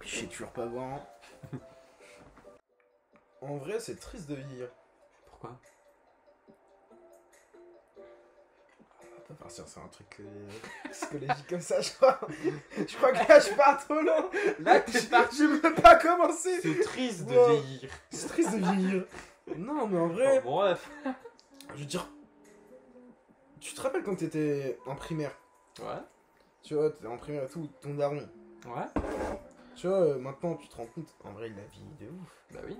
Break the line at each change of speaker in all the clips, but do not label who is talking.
Je suis toujours pas grand. en vrai, c'est triste de vieillir.
Pourquoi
Pas partir, c'est un truc euh, psychologique comme ça, je crois. je crois que là, je pars trop loin.
Là, t'es
Je-
parti.
Je peux pas commencer.
C'est triste de
Wow.
vieillir.
C'est triste de vieillir. Non, mais en
Enfin,
vrai,
bref.
je veux dire. Tu te rappelles quand t'étais en primaire
Ouais.
Tu vois, t'étais en primaire et tout, ton daron.
Ouais.
Tu vois, euh, maintenant, tu te rends compte. En vrai, il a vieilli de ouf.
Bah oui.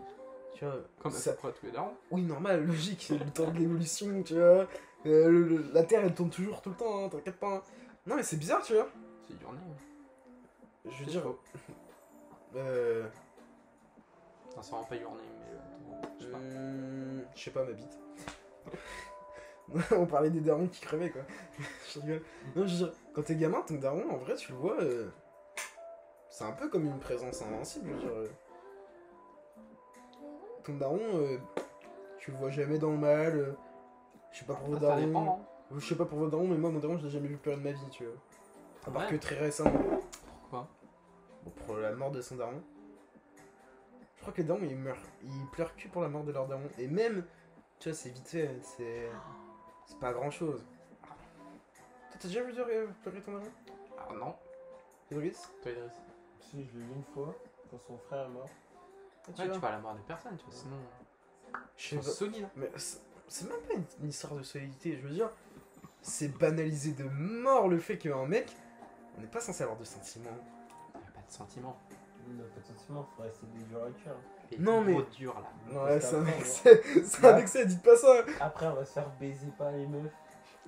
Tu vois,
Comme
ça-
ça pourrait tous les darons.
Oui, normal, logique, c'est le temps de l'évolution, tu vois. Euh, le- le- la Terre, elle tourne toujours tout le temps, hein, t'inquiète pas. hein. Non, mais c'est bizarre, tu vois.
C'est dur hein.
Je veux
C'est
dire.
faux.
Euh.
Enfin, c'est vraiment pas journée, mais. euh, je sais pas.
hum, Je sais pas, ma bite. On parlait des darons qui crevaient, quoi. je rigole. Non, je veux dire, quand t'es gamin, ton daron, en vrai, tu le vois. euh, C'est un peu comme une présence invincible, je veux dire. euh. Ton daron, euh, tu le vois jamais dans le mal. euh, Je sais pas pour vos
Ah, ça
darons.
dépend. hein.
Je sais pas pour votre daron, mais moi, mon daron, je l'ai jamais vu pleurer de ma vie, tu vois. À part
Ouais.
que très récemment.
Pourquoi
Bon, pour la mort de son daron. Je crois que les darons, ils meurent. Ils pleurent que pour la mort de leur daron. Et même, tu vois, c'est vite fait, c'est. C'est pas grand chose. Toi, t'as déjà vu pleurer pleurer ton daron
Ah non.
Fabrice
Toi, Idriss.
Si, je l'ai vu une fois, quand son frère est mort.
Ah, tu
Ouais,
vois
tu vas à la mort des personnes, tu vois. Sinon,
Je sais
c'est
pas.
solide. hein.
Mais c'est- c'est même pas une, une histoire de solidité, je veux dire. C'est banalisé de mort le fait qu'un mec. On n'est pas censé avoir de sentiments.
Il n'y a pas de sentiment.
Il n'a pas de sentiment, il faut rester des durs à cœur.
Les
Non, mais-
gros durs, là.
Ouais,
Parce
c'est un
qu'après,
excès, c'est un
Ouais.
excès, dites pas ça!
on va- Après, on va se faire baiser par les meufs.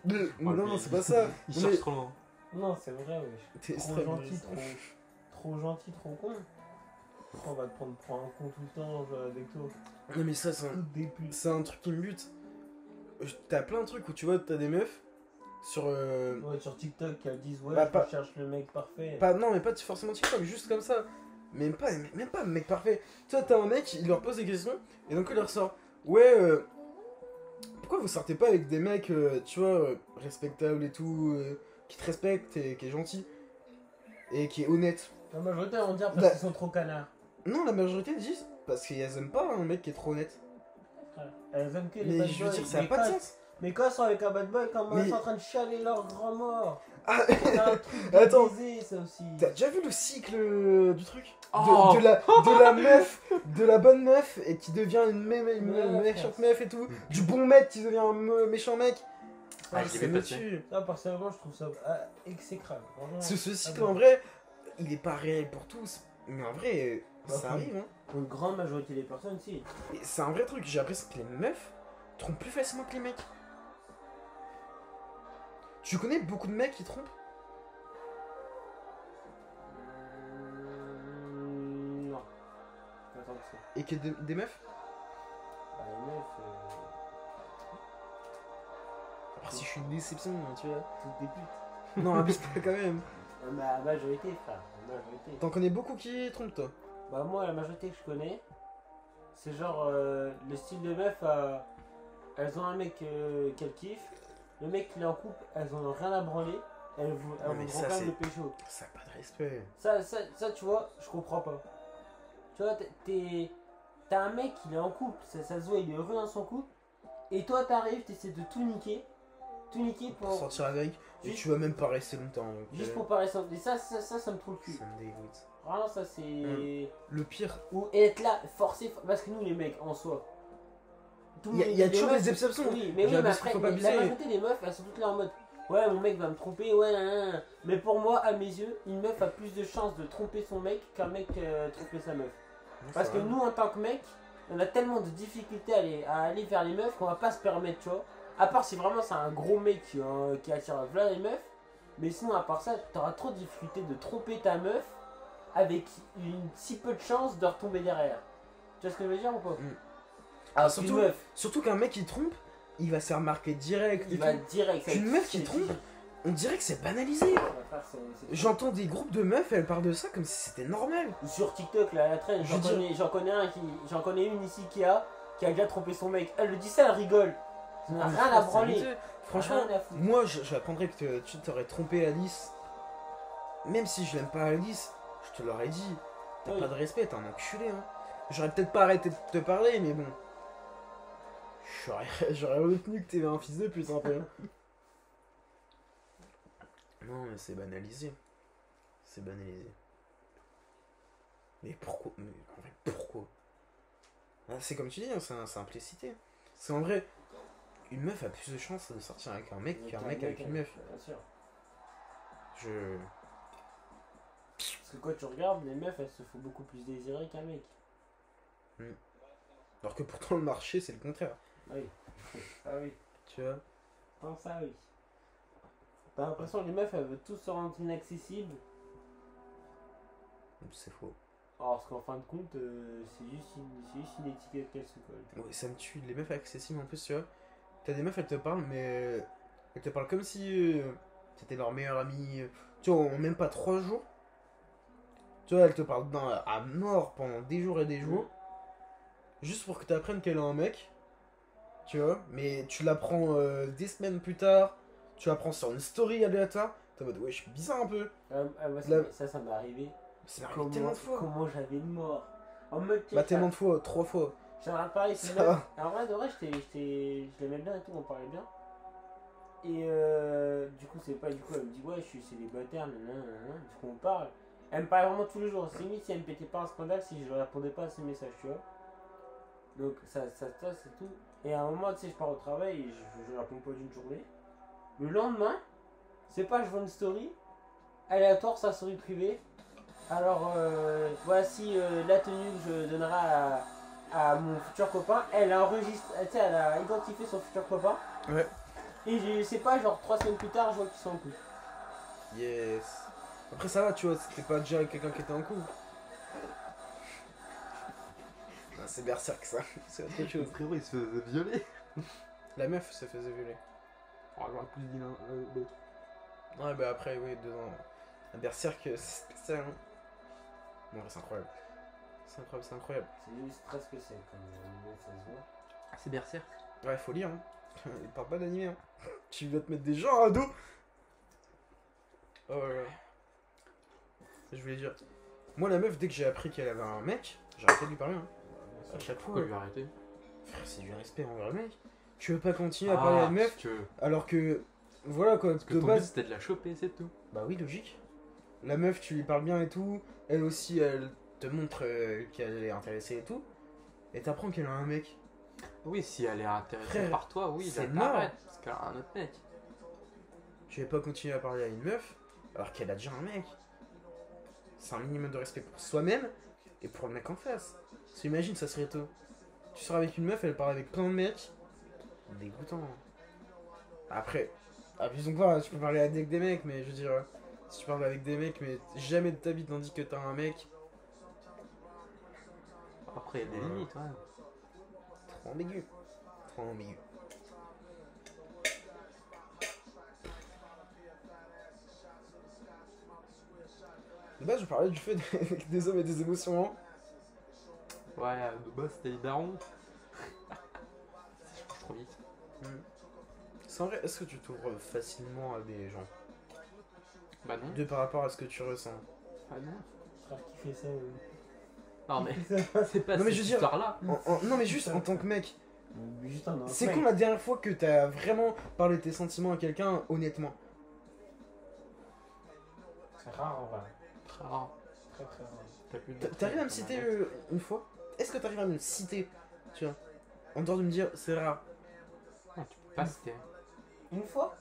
Le-
Oh,
non,
lui,
c'est pas ça.
Il
Non,
cherche
mais
trop loin.
Non, c'est vrai, wesh.
T'es
Trop
extrêmement
gentil, trop, trop gentil, trop con. Après, On va te prendre pour un con tout le temps, genre, avec toi.
Non, mais ça, c'est un,
Toutes des putes.
c'est un truc qui me bute. Je- T'as plein de trucs où tu vois, t'as des meufs sur. euh,
Ouais, sur TikTok, elles disent, ouais,
Bah,
je
pas-
cherche le mec parfait.
Pas, non, mais pas forcément TikTok, juste comme ça. Même pas, même pas, mec parfait. Toi, t'as un mec, il leur pose des questions, et donc il leur sort Ouais, euh, pourquoi vous sortez pas avec des mecs, euh, tu vois, euh, respectables et tout, euh, qui te respectent et qui est gentil et qui est honnête
La majorité vont dire
Bah-
parce qu'ils sont trop canards.
Non, la majorité disent parce qu'elles aiment pas un mec qui est trop honnête.
Frère. Elles aiment que les
Mais
bad
je veux
boys,
dire, ça a
mais
pas de
quand-
sens.
Mais quand elles sont avec un bad boy, comment
Mais-
elles sont en train de chialer leur grand mort
Ah,
C'est un truc de
Attends.
baiser, ça aussi.
T'as déjà vu le cycle euh, du truc de,
Oh.
de la, de la meuf, de la bonne meuf et qui devient une, mé- mé- mé-
Ouais,
méchante
frère.
meuf et tout, du bon mec qui devient un me- méchant mec.
Ah, il
ça
l'avait
me
passé.
tue.
Là, personnellement, je trouve ça ah, exécrable. Vraiment.
Ce, ce cycle
Ah bon.
en vrai, il est pas réel pour tous, mais en vrai, euh,
Bah,
ça
oui.
arrive. Hein.
Pour une grande majorité des personnes, si.
Et C'est un vrai truc, j'ai appris c'est que les meufs trompent plus facilement que les mecs. Tu connais beaucoup de mecs qui trompent
Mmh, Non. Pas tant que ça.
et que des, des meufs
Bah, les meufs, euh,
Après, si je suis une déception, hein, tu vois.
toutes des putes.
Non, abuse pas quand même.
Ah, mais la majorité, frère. La majorité.
T'en connais beaucoup qui trompent, toi
Bah, moi, la majorité que je connais, c'est genre euh, le style de meuf. euh, elles ont un mec euh, qu'elles kiffent. Le mec, il est en couple. Elles en ont rien à branler. Elles vous,
Non,
elles
mais
vous
ça,
renferment
c'est-
le pécho.
Ça a pas de respect.
Ça, ça, ça, tu vois, je comprends pas. Tu vois, t'es- t'es. T'as un mec, il est en couple, ça, ça se voit, il est heureux dans son couple. Et toi, t'arrives, t'essaies de tout niquer. Tout niquer
pour
pour.
sortir avec et
Juste-
tu vas même pas rester longtemps. donc,
Juste
euh,
pour paraître simple. Et ça, ça, ça, ça me trouve le cul.
Ça me dégoûte.
Vraiment, ça, c'est.
Mm. Le pire,
Ou être là, forcé. for- Parce que nous, les mecs, en soi. tout le
il y a,
monde-
y a
les
toujours
meufs-
des exceptions.
Oui, mais oui,
J'abuse,
mais après,
faut pas
mais
abuser.
la majorité des meufs, elles sont toutes là en mode Ouais, mon mec va me tromper, ouais, nan, nan, nan. Mais pour moi, à mes yeux, une meuf a plus de chances de tromper son mec qu'un mec euh, tromper sa meuf. Parce que nous, en tant que mec, on a tellement de difficultés à aller, à aller vers les meufs qu'on va pas se permettre, tu vois. À part si vraiment c'est un gros mec qui, euh, qui attire voilà les meufs. Mais sinon, à part ça, t'auras trop de difficultés de tromper ta meuf avec une si peu de chance de retomber derrière. Tu vois ce que je veux dire ou pas
Mm.
Alors
surtout,
qu'une meuf,
surtout qu'un mec qui trompe, il va se faire marquer direct. et
il va
tout.
direct. ça-
qu'une meuf qui
c'est-
trompe, On dirait que c'est banalisé.
ça va faire, c'est- c'est-
J'entends des groupes de meufs, elles parlent de ça comme si c'était normal.
Ou sur TikTok là, à la traîne,
Je
j'en
veux dire-
connais, j'en connais un qui, j'en connais une ici qui a, qui a déjà trompé son mec. Elle le dit ça, elle rigole. Ça n'a rien à
Ah, C'est
branler.
honteux. Franchement,
Rien à foutre.
moi je- j'apprendrais que te- tu t'aurais trompé Alice. Même si je l'aime pas Alice, je te l'aurais dit. t'as
Oui.
pas de respect, t'es un enculé. Hein. J'aurais peut-être pas arrêté de te parler, mais bon. J'aurais, j'aurais retenu que t'étais un fils de pute un peu. hein. non, mais c'est banalisé. C'est banalisé. Mais pourquoi Mais en vrai, pourquoi Ah, C'est comme tu dis, hein, c'est un- c'est implicité. C'est en vrai, une meuf a plus de chances de sortir avec un mec qu'un mec hein. avec une meuf.
Bien sûr.
Je.
Parce que quand tu regardes, les meufs elles se font beaucoup plus désirer qu'un mec.
Alors que pourtant, le marché, c'est le contraire.
Ah oui. Ah oui.
Tu vois
Tant ça oui. T'as l'impression que les meufs elles veulent tous se rendre inaccessibles.
C'est faux.
Alors Oh, qu'en fin de compte, euh, c'est juste, une- c'est juste une étiquette qu'elles se collent.
Ouais, ça me tue. Les meufs accessibles en plus, tu vois. T'as des meufs, elles te parlent, mais. euh, Elles te parlent comme si. euh, C'était leur meilleur ami. Tu vois, en même pas trois jours. Tu vois, elles te parlent d'un- à mort pendant des jours et des
Mm.
jours. Juste pour que t'apprennes qu'elle a un mec. Tu vois. Mais tu l'apprends euh, des semaines plus tard. Tu l'apprends sur une story aléatoire. T'es en mode, ouais, je suis bizarre un peu.
Euh, euh, moi, ça,
La-
ça, ça m'est arrivé.
C'est arrivé tellement
Comment,
de fois.
comment j'avais une mort. En mode
Bah, tellement de fois, trois fois.
J'aimerais parler
Ça
c'est
va.
En vrai, de vrai, j'étais- j'étais- je l'aimais bien et tout, on parlait bien. Et euh, du coup, c'est pas du coup, elle me dit, ouais, je suis célibataire, nanana, nanana. Du coup, on parle. Elle me parle vraiment tous les jours. C'est limite si elle me pétait pas un scandale si je répondais pas à ses messages, tu vois. Donc, ça, ça, ça, c'est tout. Et à un moment, tu sais, je pars au travail et je, je réponds pas d'une journée. Le lendemain, c'est pas je vois une story, aléatoire, sa story privée. Alors, euh, voici euh, la tenue que je donnerai à à mon futur copain, elle a enregistré, tu sais, elle a identifié son futur copain.
Ouais.
Et je sais pas, genre trois semaines plus tard, je vois qu'ils sont en couple.
Yes. Après ça va, tu vois, c'était pas déjà quelqu'un qui était en couple. Ah, c'est berserk ça, c'est autre chose.
frérot, il se faisait violer.
La meuf se faisait violer.
Oh, j'aurais plus dit l'un euh, l'autre.
Ouais, bah après, oui, dedans. Un berserk, euh, c'est spécial. Hein. Bon, c'est incroyable. C'est incroyable, c'est incroyable.
C'est juste presque c'est comme euh, ça se voit.
Ah, C'est Berserk.
Ouais, faut lire. Hein. Il parle pas d'animé. Hein. Tu dois te mettre des gens à dos. Oh là là. Je voulais dire. Moi, la meuf, dès que j'ai appris qu'elle avait un mec, j'ai arrêté de lui parler. Hein. À chaque fois.
Pourquoi lui arrêter
Frère, c'est du respect envers le mec. Tu veux pas continuer à parler à une meuf
parce que,
alors que. Voilà quoi,
Ah. parce que
de
ton but
base.
c'était de la choper, c'est tout.
Bah oui, logique. La meuf, tu lui parles bien et tout. Elle aussi, elle te montre euh, qu'elle est intéressée et tout. Et t'apprends qu'elle a un mec.
Oui, si elle est intéressée
Frère,
par toi, oui,
c'est
la t'arrête. Parce qu'elle a un autre mec.
Tu veux pas continuer à parler à une meuf alors qu'elle a déjà un mec. C'est un minimum de respect pour soi-même et pour le mec en face. Parce que imagine, ça serait toi. Tu sors avec une meuf, elle parle avec plein de mecs. Dégoûtant. hein. Après, abusons pas, hein, tu peux parler avec des mecs, mais je veux dire, si tu parles avec des mecs, mais jamais de ta vie t'indique que t'as un mec,
Après, il y a des
Ouais.
limites, ouais.
trop ambigu. Trop ambigu. De base, je parlais du fait des- des hommes et des émotions. hein.
Ouais, euh, de base c'était les darons. Ça change trop vite.
C'est en vrai, est-ce que tu t'ouvres facilement à des gens
Bah non.
De par rapport à ce que tu ressens.
Bah non.
Frère qui fait ça. euh,
Non Ah, mais
qui fait ça
c'est pas
Non, mais
cette
je veux dire-
histoire-là.
En- en- non, mais juste en tant que mec,
Euh, Juste un autre
c'est
mec.
quand la dernière fois que t'as vraiment parlé de tes sentiments à quelqu'un, honnêtement
C'est rare en vrai.
Très rare.
Très très rare.
T'as plus de-
T- T'arrives à me citer euh, une fois Est-ce que t'arrives à me citer Tu vois En dehors de me dire, c'est rare.
Non, tu peux pas citer.
Une fois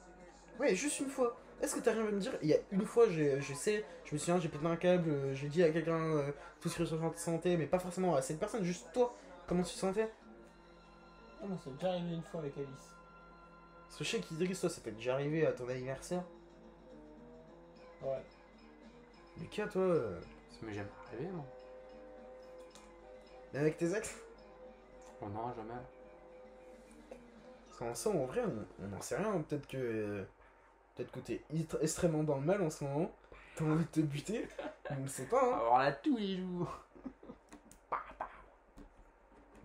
Ouais, juste une fois. Est-ce que t'arrives à me dire, il y a une fois, j'ai- je sais, je me souviens, j'ai pété un câble, euh, j'ai dit à quelqu'un euh, tout ce que je sentais, mais pas forcément à cette personne, juste toi, comment tu te sentais
Ah Non, mais c'est déjà arrivé une fois avec Alice.
Parce que je sais qu'Idriss, toi, ça t'est déjà arrivé à ton anniversaire.
Ouais.
Lucas, toi, euh,
Ça m'est jamais arrivé, moi.
même avec tes ex
Oh non, jamais.
Parce qu'en ça, en vrai, on- on n'en sait rien. Peut-être que. euh, Peut-être que t'es it- extrêmement dans le mal en ce moment. T'as envie de te buter. On le sait pas, hein.
Alors là, tous les jours.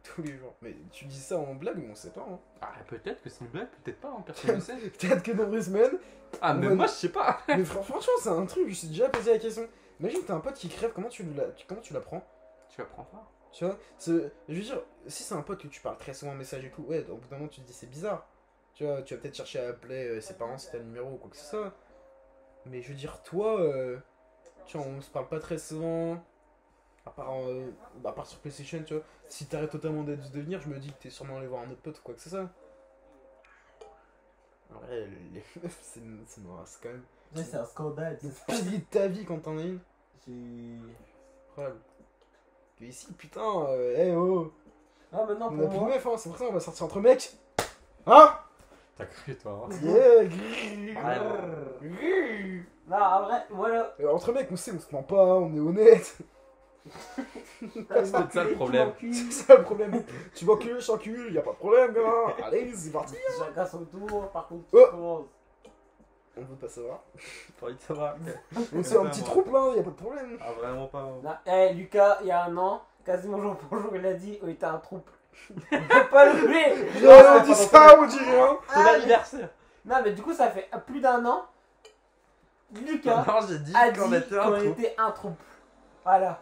Tous les jours. Mais tu dis ça en blague, mais on sait pas, hein.
Ah, peut-être que c'est une blague, peut-être pas, hein, personne ne sait.
Peut-être que dans deux semaines.
Ah, mais
Ouais.
moi, je sais pas.
Mais fr- franchement, c'est un truc, je me suis déjà posé la question. Imagine, t'as un pote qui crève, comment tu la, tu- comment tu la prends
Tu la prends pas
Tu vois c'est- Je veux dire, si c'est un pote que tu parles très souvent en message et tout, ouais, au bout d'un moment, tu te dis c'est bizarre. Tu vois, tu vas peut-être chercher à appeler euh, ses parents si t'as le numéro ou quoi que ce soit. Mais je veux dire, toi, euh, tu vois, on se parle pas très souvent. À part, euh, à part sur PlayStation, tu vois. Si t'arrêtes totalement d'être- de venir, je me dis que t'es sûrement allé voir un autre pote ou quoi que ce soit. En vrai, les meufs, c'est c'est noir, c'est quand même.
Ouais, c'est un scandale.
Le pilier de ta vie quand t'en as une.
J'ai.
Incroyable. Que ici, putain, euh, eh oh
Ah, maintenant
On a
pour
plus de
moi.
meuf, hein, c'est pour ça qu'on va sortir entre mecs Hein
T'as cru, toi.
hein.
Yeah grrr,
Ah, ouais.
Brrr.
grrr.
Non, en vrai, moi là.
Euh, Entre mecs, on sait, on se ment pas, on est honnête
C'est
peut-être ça, le problème.
C'est ça le problème Tu vois que je s'encule, y a pas de problème, gamin Allez, c'est parti
Chacun son tour, par contre,
Oh.
tu commences.
On veut pas savoir.
T'as envie de savoir
On sait un petit trouble, hein, y a pas de problème
Ah, vraiment pas. hein.
Là, eh, Lucas, il y a un an, quasiment jour pour jour, il a dit on était un troupe. On peut pas l'oublier
J'ai on dit ça, on hein. dit rien
Ton anniversaire
Non, mais du coup, ça fait plus d'un an. Lucas
Non, j'ai dit
a dit
qu'on était
qu'on
un trou.
était un troupe. Voilà.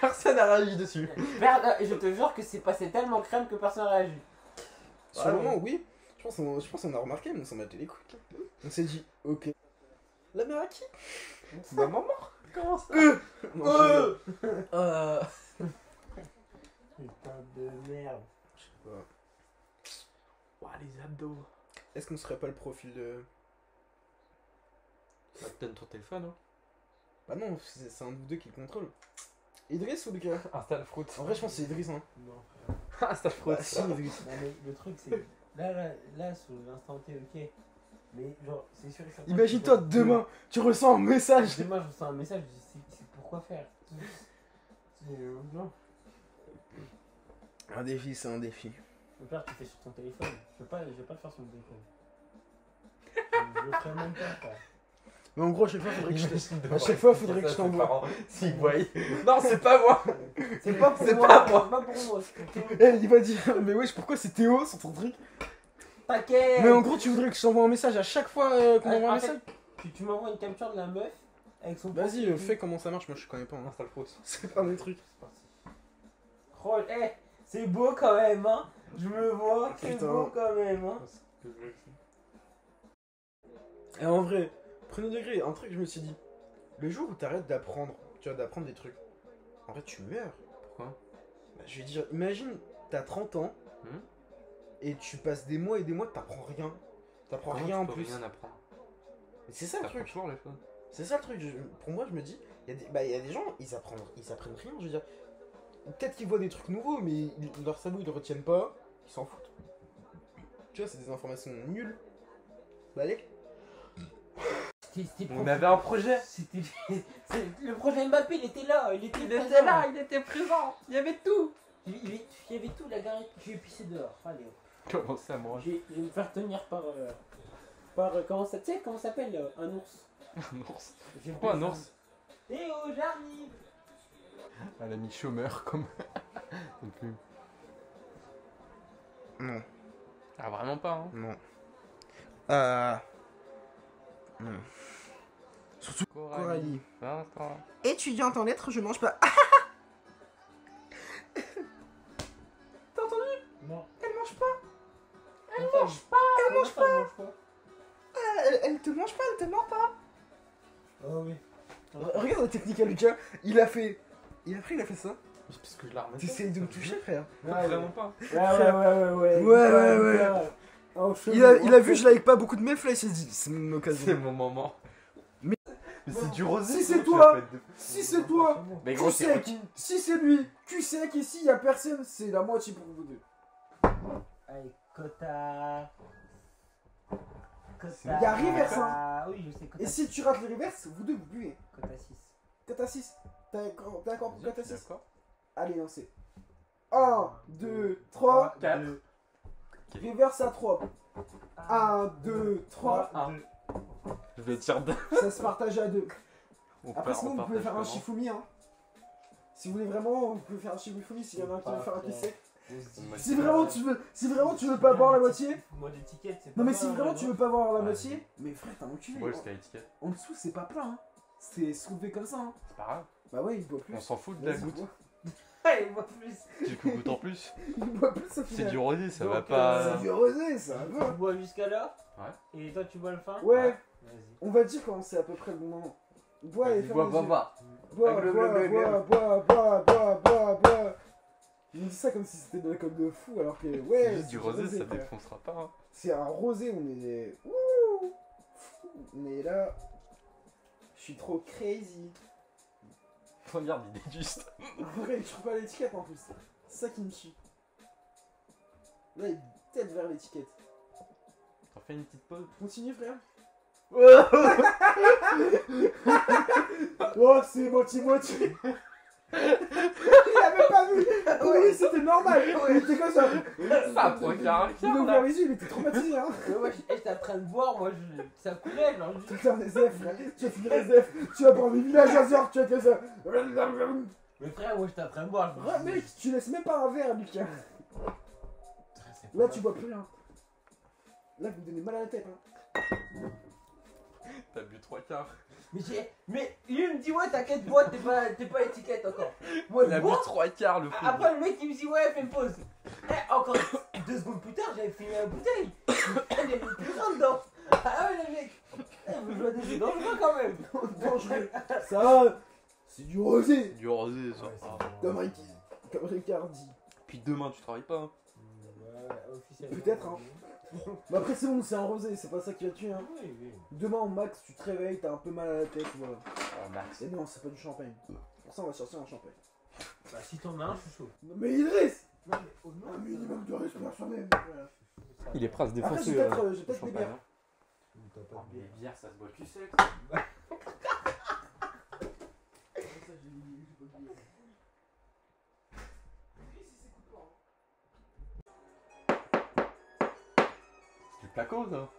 Personne n'a réagi dessus.
Merde, euh, je te jure que c'est passé tellement crème que personne n'a réagi.
Sur le
Ouais,
moment, oui. Je pense, qu'on- je pense qu'on a remarqué, mais on s'en battait les couilles. On s'est dit, ok. La mère à qui
Maman mort Comment ça
Non,
Euh.
je rigole. Euh.
Putain de merde.
je sais pas.
Ouah, les abdos.
Est-ce qu'on serait pas le profil de.
Bah, te donne ton téléphone, hein.
Bah non, c'est c'est un de vous deux qui le contrôle. Idriss ou Lucas
Installe Fruit.
En vrai, je pense que c'est Idriss, hein.
Non, frère.
Installe Fruit.
Ah,
Bah, si, Idriss.
Non, mais le truc c'est là là là sur l'instant T ok mais genre c'est sûr et certain que
Imagine-toi
je-
demain, tu ressens un message.
demain Ah, je reçois un message je dis c'est- c'est pourquoi faire C'est- euh, non.
Un défi, c'est un défi.
le père tu fais sur ton téléphone je peux pas je vais pas le faire sur mon téléphone je le ferai même pas frère.
Mais en gros, à chaque fois, faudrait que je te.
À
chaque fois, faudrait que je t'envoie.
S'ils voient. Non, c'est pas moi.
c'est pas pour
C'est
moi
pas
c'est
moi.
pas pour moi c'est pour tout le monde.
Eh, il va dire, mais wesh, pourquoi c'est Théo sur ton truc
t'inquiète
Mais en gros, tu voudrais que je t'envoie un message à chaque fois euh, qu'on
Ah,
envoie un
en fait,
message
tu, tu m'envoies une capture de la meuf avec son
Vas-y,
profil.
euh, fais comment ça marche, moi je connais pas. hein.
Installe Fruit.
C'est pas mon truc.
C'est parti. Oh, eh, c'est beau quand même, hein. Je me vois, c'est
Ah, Putain.
beau quand même, hein.
Et en vrai, premier degré, un truc, je me suis dit, le jour où t'arrêtes d'apprendre, tu vois, d'apprendre des trucs, en vrai, tu meurs.
Pourquoi
Bah, je veux dire, imagine, t'as 30 ans
Mhm.
et tu passes des mois et des mois, t'apprends rien. T'apprends
Comment
rien en
tu peux
plus.
rien apprendre.
Mais C'est ça le
T'apprends
truc.
toujours les choses.
C'est ça le truc. Je- pour moi, je me dis, il y, a des- bah, il y a des gens, ils apprennent, ils apprennent rien. Je veux dire, peut-être qu'ils voient des trucs nouveaux, mais ils- leur cerveau, ils le retiennent pas. Ils s'en foutent. Tu vois, c'est des informations nulles. Bah, allez.
C'était- c'était
On
pro-
avait un projet.
c'était- c'est- le projet Mbappé, il était là, il était,
Il
présent.
était là, il était présent. Il y avait tout.
Il, il- il y avait tout, la garette. Je vais pisser dehors. Allez, hop.
Comment ça mange
je vais, je vais me faire tenir par. euh, par euh, comment ça, tu sais, comment ça s'appelle euh, Un ours.
un ours
J'ai
Pourquoi un ours
Théo, j'arrive
Elle a mis chômeur comme. Non plus.
Non,
Ah, vraiment pas, hein.
non. Euh. Non.
Coralie. hein. Vincent.
Étudiante en lettres, je mange pas. Ah, T'as entendu
Non,
Elle mange pas.
elle mange pas Elle mange pas Elle mange pas
Elle, elle te mange pas, elle te ment pas.
Oh oui.
Regarde la technique à Lucas. Il a fait. Il a pris, il a fait ça.
Parce que je la remets.
T'essayes de me toucher, frère.
Vraiment pas.
Ouais, ouais, ouais, ouais.
Ouais, ouais, ouais.
Oh, chelou.
Il a, il a vu, je like pas beaucoup de meufs là, il s'est dit, c'est mon
C'est
occasion.
mon moment.
Mais-
Mais c'est du rosé.
Si c'est
sinon tu
toi,
vas pas être de-
Si c'est toi,
Mais
tu
gros, c'est
sec, si c'est lui, tu sec, et s'il y a personne, c'est la moitié pour vous deux.
Allez, Cota.
C'est-
Cota.
Y a
reverse,
Ah oui, je sais, Cota,
Et si tu rates le reverse, vous deux vous buvez.
Cota 6.
Cata 6. T'es d'accord t'es d'accord pour Cata 6
D'accord.
Allez, lancez. 1, 2, 3.
Quatre.
Reverse à 3. 1, 2, 3.
Ah. Je vais dire d'un.
Ça se partage à 2.
On
Après,
part-
sinon,
on
vous pouvez
partage
faire un
comment
Shifumi. Hein. Si vous voulez vraiment, vous pouvez faire un Shifumi s'il y en a un qui veut faire un pied sec. Si vraiment tu veux, si vraiment tu veux pas boire la moitié,
Moi, l'étiquette, c'est
Non mais si vraiment tu veux pas voir la
Ouais.
moitié, mais frère t'as enculé.
Moi,
en,
j'étais à l'étiquette.
en dessous c'est pas plein. hein. C'est soulevé comme ça. hein.
C'est pas grave.
Bah ouais, il boit plus.
On s'en fout de la
Vas-y,
goutte.
bois.
Ouais, il voit plus.
Du coup, goutte en plus.
Il boit plus au
C'est
final. Ah,
du rosé, ça
Donc,
va
euh,
pas.
C'est du rosé, ça
Tu
va.
bois jusqu'à là.
Ouais.
Et toi, tu bois le fin.
Ouais,
Vas-y.
on va dire quand c'est à peu près le moment. Bois et
Vas-y,
ferme
bois,
les
bois,
yeux.
bois.
Bois,
Avec le-
bois,
le- le-
bois, bois, bois, bois, bois, bois. Il me dit ça comme si c'était de la com de fou, alors que ouais.
C'est juste
c'est
du rosé,
frère.
ça défoncera pas. hein.
C'est un rosé, on est. Ouh On est là. Je suis trop crazy.
Regarde, il est juste.
En vrai, je trouve pas l'étiquette en plus. C'est ça qui me tue. Là, il tête vers l'étiquette.
T'en fais une petite pause.
Continue, frère. oh, c'est moitié-moitié. il a même pas vu. Oui, c'était normal. Il était comme ça.
Ça prend un
Il a ouvert les yeux, il était traumatisé. Hein.
Mais moi, eh, j'étais j'étais en train de boire, moi, je... ça coulait, genre. je-
Putain, les F, là. tu vas finir les F. Tu vas prendre des villages à sort, hein, tu vas faire ça.
Mais frère, moi, j'étais en train de boire. je me
Ah,
suis dit,
mec, tu laisses même pas un verre, Lucas.
putain, c'est pas
Là,
mal.
tu bois plus rien. Là, vous me donnez mal à la tête. Hein.
T'as bu trois quarts.
Mais, j'ai- mais lui me dit ouais t'inquiète bois t'es pas, t'es pas étiquette encore. Moi
Il
je
a bu
bois.
trois quarts le pauvre.
Après le mec il me dit ouais fais une pause. Eh, encore deux secondes plus tard j'avais fini la bouteille. Elle est plus grande dedans. Ah ouais les mecs. Eh, Vous jouez à des jeux dangereux quand même.
Dangereux. Ça va, c'est du rosé.
Du rosé, ça. Ah.
Comme, Ricky, comme Ricard dit.
Puis demain, tu travailles pas. hein.
Peut-être, hein. Mais après, c'est bon, c'est un rosé, c'est pas ça qui va te tuer. Hein.
Oui, oui.
Demain, au max, tu te réveilles, t'as un peu mal à la tête. Voilà.
Ah, Max.
Et non, c'est pas du champagne. Pour ça, on va sortir un champagne.
Bah si t'en as un je suis chaud.
Non, mais Idriss
Non mais au nom
Un
de-
minimum de respect à soi-même. Voilà.
Il est prêt à se
Après, j'ai
défoncer.
peut-être
euh,
euh, j'ai peut-être des
champagne,
bières.
hein.
T'as
Ah,
pas
mais
bu.
les bières, ça se boit cul sec. C'est hein. du placo, ça.